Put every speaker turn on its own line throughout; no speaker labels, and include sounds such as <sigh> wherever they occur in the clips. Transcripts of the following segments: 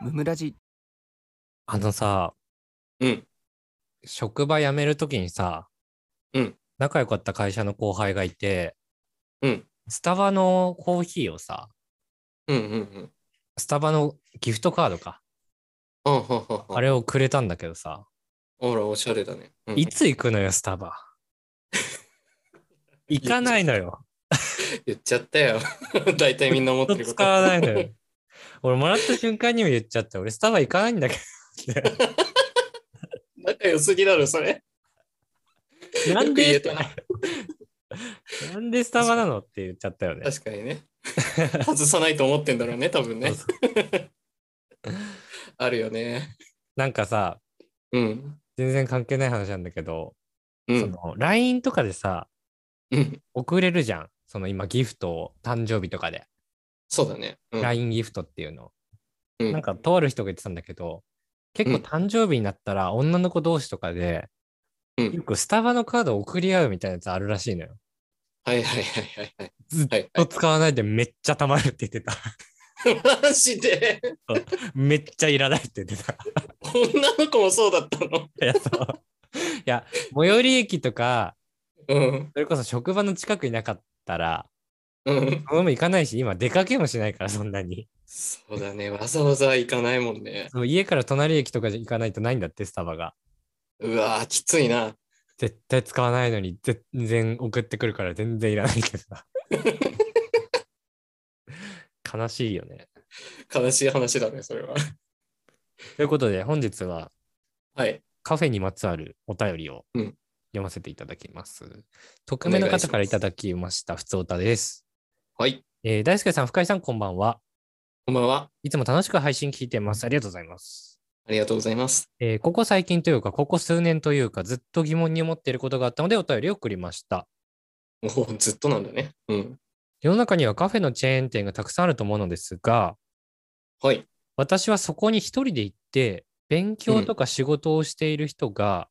村地。
あのさ、
うん。
職場辞めるときにさ、
うん
仲良かった会社の後輩がいて、
うん
スタバのコーヒーをさ、
うんうんうん。
スタバのギフトカードか、
あははは
あれをくれたんだけどさ、
あら、おしゃれだね。うん
いつ行くのよ、スタ
<laughs>
バ。行かないのよ。
言っちゃったよ。 <laughs> 大体みんな思ってること。
使わないのよ。俺、もらった瞬間にも言っちゃって、俺、スタバ行かないんだけ
仲良すぎだろ、それ。 <laughs>
ど、なんで
よく言え
なんでスタバなのって言っちゃったよね。
確かにね。外さないと思ってんだろうね、多分ね
そ。
<laughs> あるよね。
なんかさ、
うん。
全然関係ない話なんだけど、
う
そ
ん。
の LINE とかでさ、
うん。
送れるじゃん。その今ギフトを誕生日とかで、
そうだね。うん。
LINE ギフトっていうの。
うん
なんかとある人が言ってたんだけど、結構
うん
誕生日になったら女の子同士とかで、
うん
よくスタバのカードを送り合うみたいなやつあるらしいのよ。
はいはいはいはいはい。
ずっ
はい、は
と使わないでめっちゃ貯まるって言ってた。 <laughs>
い。マジで
めっちゃいらないって言
<laughs>
ってた。
女の子もそうだったの。
いや、そう。いや、最寄り駅とか、
うん。
それこそ職場の近くになかったら、
うん。
俺も行かないし、今出かけもしないから、そんなに。
そうだね。わざわざ行かないもんね。
そう家から隣駅とかじゃ行かないとないんだって、スタバが。
うわーきついな。
絶対使わないのに全然送ってくるから全然いらないけど
<laughs>
さ悲しいよね。
悲しい話だね、それは。
ということで本日は
はい。
カフェにまつわるお便りを
うん
読ませていただきます。匿名の方からいただきました、ふつおたです。
はい。
えー大輔さん、深井さん、こんばんは。
こんばんは。
いつも楽しく配信聞いてます。ありがとうございます。
ありがとうございます。
えーここ最近というか、ここ数年というか、ずっと疑問に思っていることがあったので、お便りを送りました。
もうずっとなんだね。うん。
世の中にはカフェのチェーン店がたくさんあると思うのですが、
はい。
私はそこに一人で行って、勉強とか仕事をしている人が、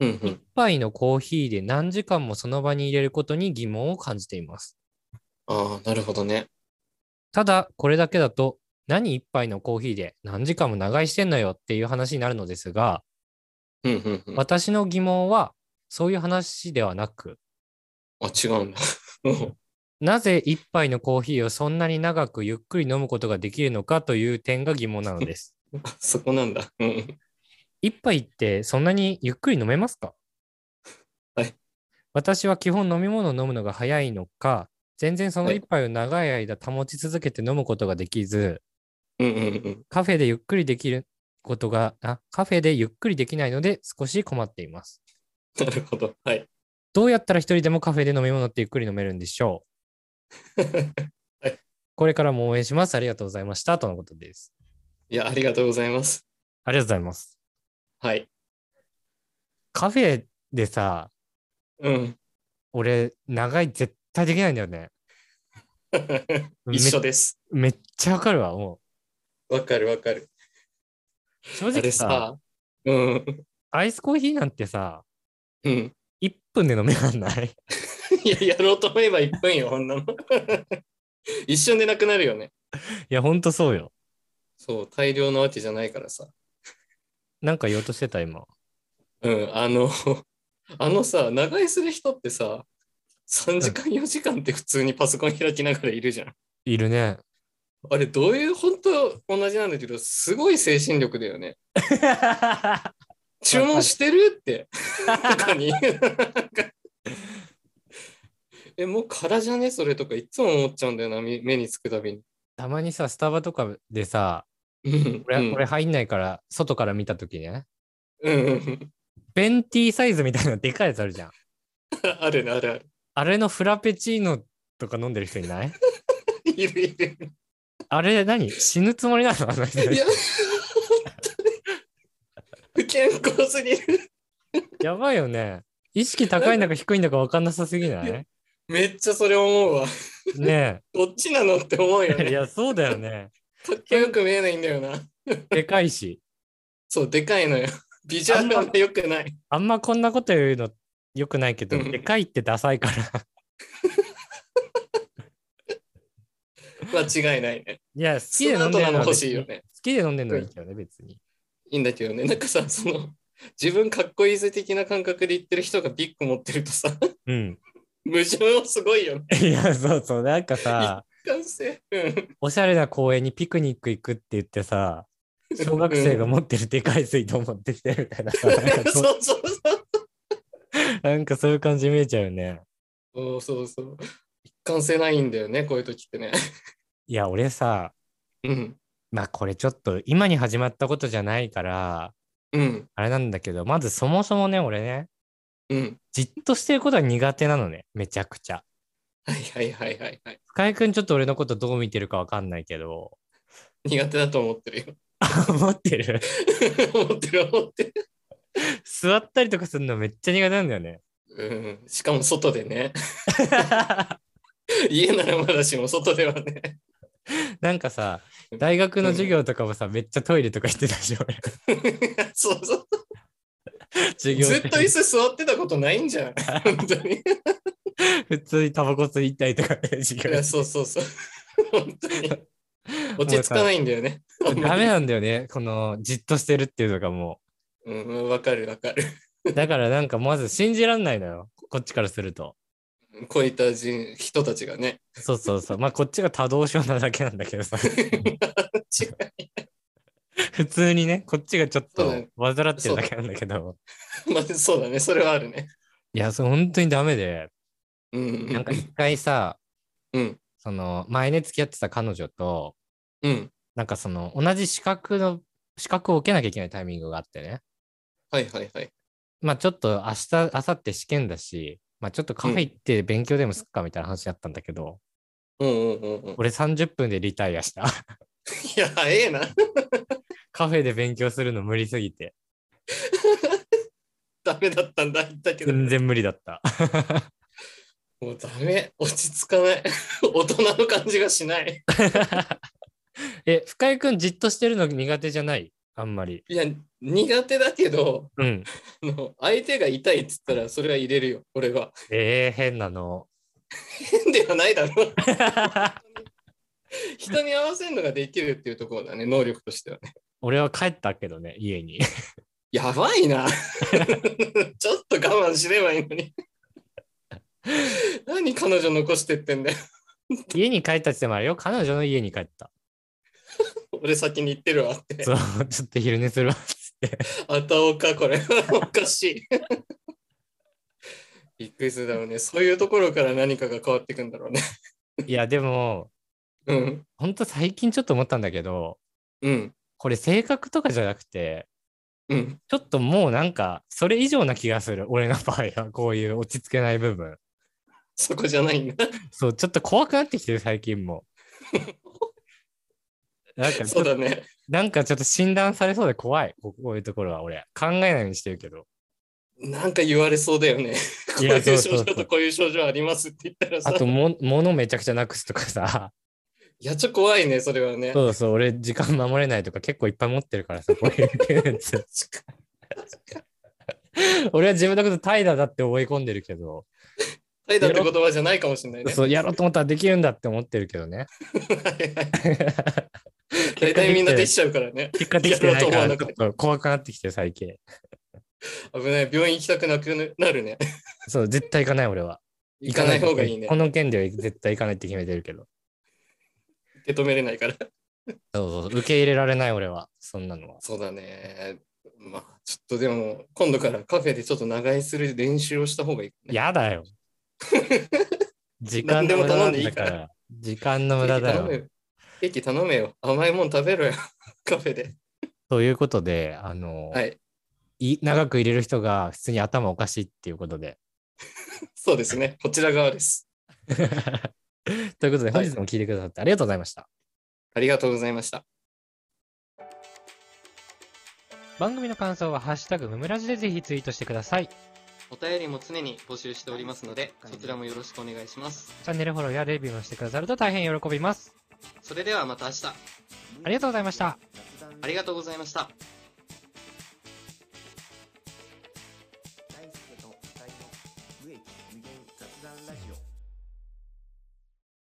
うんう
一
ん。
杯のコーヒーで何時間もその場に入れることに疑問を感じています。
ああ、なるほどね。
ただ、これだけだと、何一杯のコーヒーで何時間も長居してんのよっていう話になるのですが、
うんうんうん。あ、
私の疑問は、そういう話ではなく、
違うんだ。 <laughs> うん
なぜ一杯のコーヒーをそんなに長くゆっくり飲むことができるのかという点が疑問なのです。
そこなんだ。うん。
一杯ってそんなにゆっくり飲めますか
はい。
私は基本飲み物を飲むのが早いのか、全然その
はい
一杯を長い間保ち続けて飲むことができず、
うんうんうん。
カフェでゆっくりできることが、あ、カフェでゆっくりできないので少し困っています。
なるほど。はい。 <laughs>
どうやったら一人でもカフェで飲み物ってゆっくり飲めるんでしょうこれからも応援します。ありがとうございました。とのことです。
いや、ありがとうございます。
ありがとうございます。
はい。
カフェでさ、
うん。 <laughs>
俺、長い絶対できないんだよね。め
一緒です。
めっちゃわかるわ、も
わかるわかる。
う。正
あ
直
れ
さ、
さ。うん。
アイスコーヒーなんてさ、
うん。 <laughs>
1分で飲めらんない <laughs>
いや、やろうと思えば1分よ、こんな <laughs> の。一瞬でなくなるよね。
いや、ほんとそうよ。
そう、大量のわけじゃないからさ。
なんか言おうとしてた、今。
うん、あの、 <laughs> あのさ、長居する人ってさ、3時間4時間って普通にパソコン開きながらいるじゃん。
いる
<laughs>
ね。
あれ、どういう、本当同じなんだけど、すごい精神力だよね。注文してるって、他 <laughs> に。え、もう空じゃねそれとか、いつも思っちゃうんだよな、み目につくたびに。
たまにさ、スタバとかでさ、
うん、
俺,、
うん
俺入んないから、外から見たときね、
うんうんうん、 <laughs>
ベンティーサイズみたいなでかいやつあるじゃん。
あるね、あるある。
あれのフラペチーノとか飲んでる人い
<laughs>
ない
いるいる。
あれ何死ぬつもりなのあの人
いや、
<laughs>
本当に。不健康すぎる。
やばいよね。意識高いんだか低いんだか分かんなさすぎないね
めっちゃそれ思うわ。どっちなのって思うよ
え。い
ね。
や、そうだよね。
かっこよく見えないんだよな。
でかいし。
そう、でかいのよ。 <laughs> ビジュアルは良くない。
あんまこんなこと言うのよくないけど、
うん
でかいってダサいから。
間違い <laughs> ないね。
いや、 <laughs> 好
そ
きで
の
飲ん
後
でる
な
のは
の欲
別
しい
に
よ
好
ね。
きで飲んでるのはいいけどね、別に。
いいんだけどね。なんかさ、その、自分かっこいいぜ的な感覚で言ってる人がビッグ持ってるとさ、 <laughs>
うん。
矛盾をすごいよね。
<laughs> いや、そうそう、なんかさ、
完成。うん。
おしゃれな公園にピクニック行くって言ってさ、小学生が持ってるでかい水筒持ってきてみたいな
<laughs>
さ、なんか
そ
そう
うそうそう。
なんかそういう感じ見えちゃうよね。
そうそうそう。一貫性ないんだよね、こういう時ってね。
いや、俺さ、
うん。
まあこれちょっと今に始まったことじゃないから、
うん。
あれなんだけど、まずそもそもね、俺ね、
うん。
じっとしてることは苦手なのね、めちゃくちゃ。
はいはいはいはいはい。
深井くんちょっと俺のことどう見てるかわかんないけど、 <laughs>
苦手だと思ってるよ。 <laughs>
思ってる <laughs>
思ってる思ってる。
座ったりとかするのめっちゃ苦手なんだよね。
うん。しかも外でね。 <laughs> 家ならまだしも外ではね。 <laughs>
なんかさ、大学の授業とかもさ、めっちゃトイレとか行ってたし、
<laughs>
俺。
そうそう。
授業
ずっ
中
と椅子座ってたことないんじゃん。本当に。
<laughs> 普通にタバコ吸いたりと
<laughs>
かね、授
い
業
や、
中
そうそうそう。本当
<laughs>
に。落ち着かないんだよね。
ダメなんだよね、このじっとしてるっていうのがも
うん、わかるわかる。
う。だからなんかまず信じらんないのよ、こっちからすると。
こういった人人たちがね。
そうそうそう。まあこっちが多動症なだけなんだけど
<laughs>
さ。 <laughs> 普通にね、こっちがちょっと
そうだね
煩ってるだけなんだけど。
まあ、そうだね、それはあるね。
いや、そう本当にダメで、
うんうん。
なんか一回さ、
うん。
その前ね付き合ってた彼女と、
うん。
なんかその同じ資格の、資格を受けなきゃいけないタイミングがあってね。
はいはいはい。
まあちょっと明日、明後日試験だし、まあちょっとカフェ行って勉強でもすっかみたいな話だったんだけど、
うんうんうんうん。
俺30分でリタイアした。 <laughs>
いや、ええな。 <laughs>
カフェで勉強するの無理すぎて、
ダメだったんだ、言ったけど。
全然無理だった。
もうダメ。落ち着かない。 <laughs> 大人の感じがしない。
え、深井くんじっとしてるの苦手じゃないあんまり。
いや、苦手だけど、 <laughs>
うん。
あの相手が痛いっつったら、それは入れるよ、俺は。 <laughs>
ええ変なの。
変ではないだろう。 <laughs> 人に合わせるのができるっていうところだね、能力としてはね。
俺は帰ったけどね、家に。
やばいな。 <laughs> ちょっと我慢しればいいのに。 <laughs> 何彼女残してってんだよ。
家に帰ったって言ってもあれよ、彼女の家に帰った。
俺先に行ってるわって。
そう、 <laughs> ちょっと昼寝す
<laughs>
るわっつって。
あたおか、これ。 <laughs> おかしい。 <laughs> びっくりするだろうね。そういうところから何かが変わっていくんだろうね。
いや、でも、
うん。
ほんと最近ちょっと思ったんだけど、
うん。
これ性格とかじゃなくて、
うん。
ちょっともうなんか、それ以上な気がする。俺の場合は、こういう落ち着けない部分。
そこじゃないんだ。
そう、ちょっと怖くなってきてる、最近
<laughs>
も。なんか、
そうだね。
なんかちょっと診断されそうで怖い。ここういうところは俺、考えないようにしてるけど。
なんか言われそうだよね。こ
いうや
いう
そうそう
症
そう
状とこういう症状ありますって言ったら
あ
さ。
と
<laughs>
も、物めちゃくちゃなくすとかさ。
いや、ちょっと怖いね、それはね。
そうそう、俺、時間守れないとか結構いっぱい持ってるからさ、こういうやつ。俺は自分のこと怠惰だって思い込んでるけど、
怠惰って言葉じゃないかもしれないね。
そう、やろうと思ったらできるんだって思ってるけどね。
はいはい <laughs> 大体みんなできちゃうからね。
<laughs> 結果できてないか
やろ
ら、
う
ち
と
ょ
思
っと怖くなってきてる、最近。
危ない。病院行きたくなくなるね。
そう、絶対行かない、俺は。
行かない方がいいね
こ。の件では絶対行かないって決めてるけど。
受け止めれないから。
そうそう、受け入れられない、俺は。そんなのは。
そうだね。まあ、ちょっとでも、今度からカフェでちょっと長居する練習をした方がいい、ね。
や <laughs> だよ。時間の無駄なんだから。時間の無駄だ
ケーキ頼め
よ。
よ。ケーキ頼めよ。甘いもん食べろよ。カフェで。
ということで、あの、
はい。
い長く入れる人が普通に頭おかしいっていうことで。
そうですね。こちら側です。
ということで、
は
本
い
日も聞いてくださってありがとうございました。
ありがとうございました。
番組の感想は、ハッシュタグムムラジでぜひツイートしてください。チ
お便りも常に募集しておりますので、そちらもよろしくお願いします。
ャンネルフォローやレビューもしてくださると大変喜びます。
それではまた明日、
ありがとうございました。
ありがとうございました。
大輔と二人の無益無限雑談ラジオ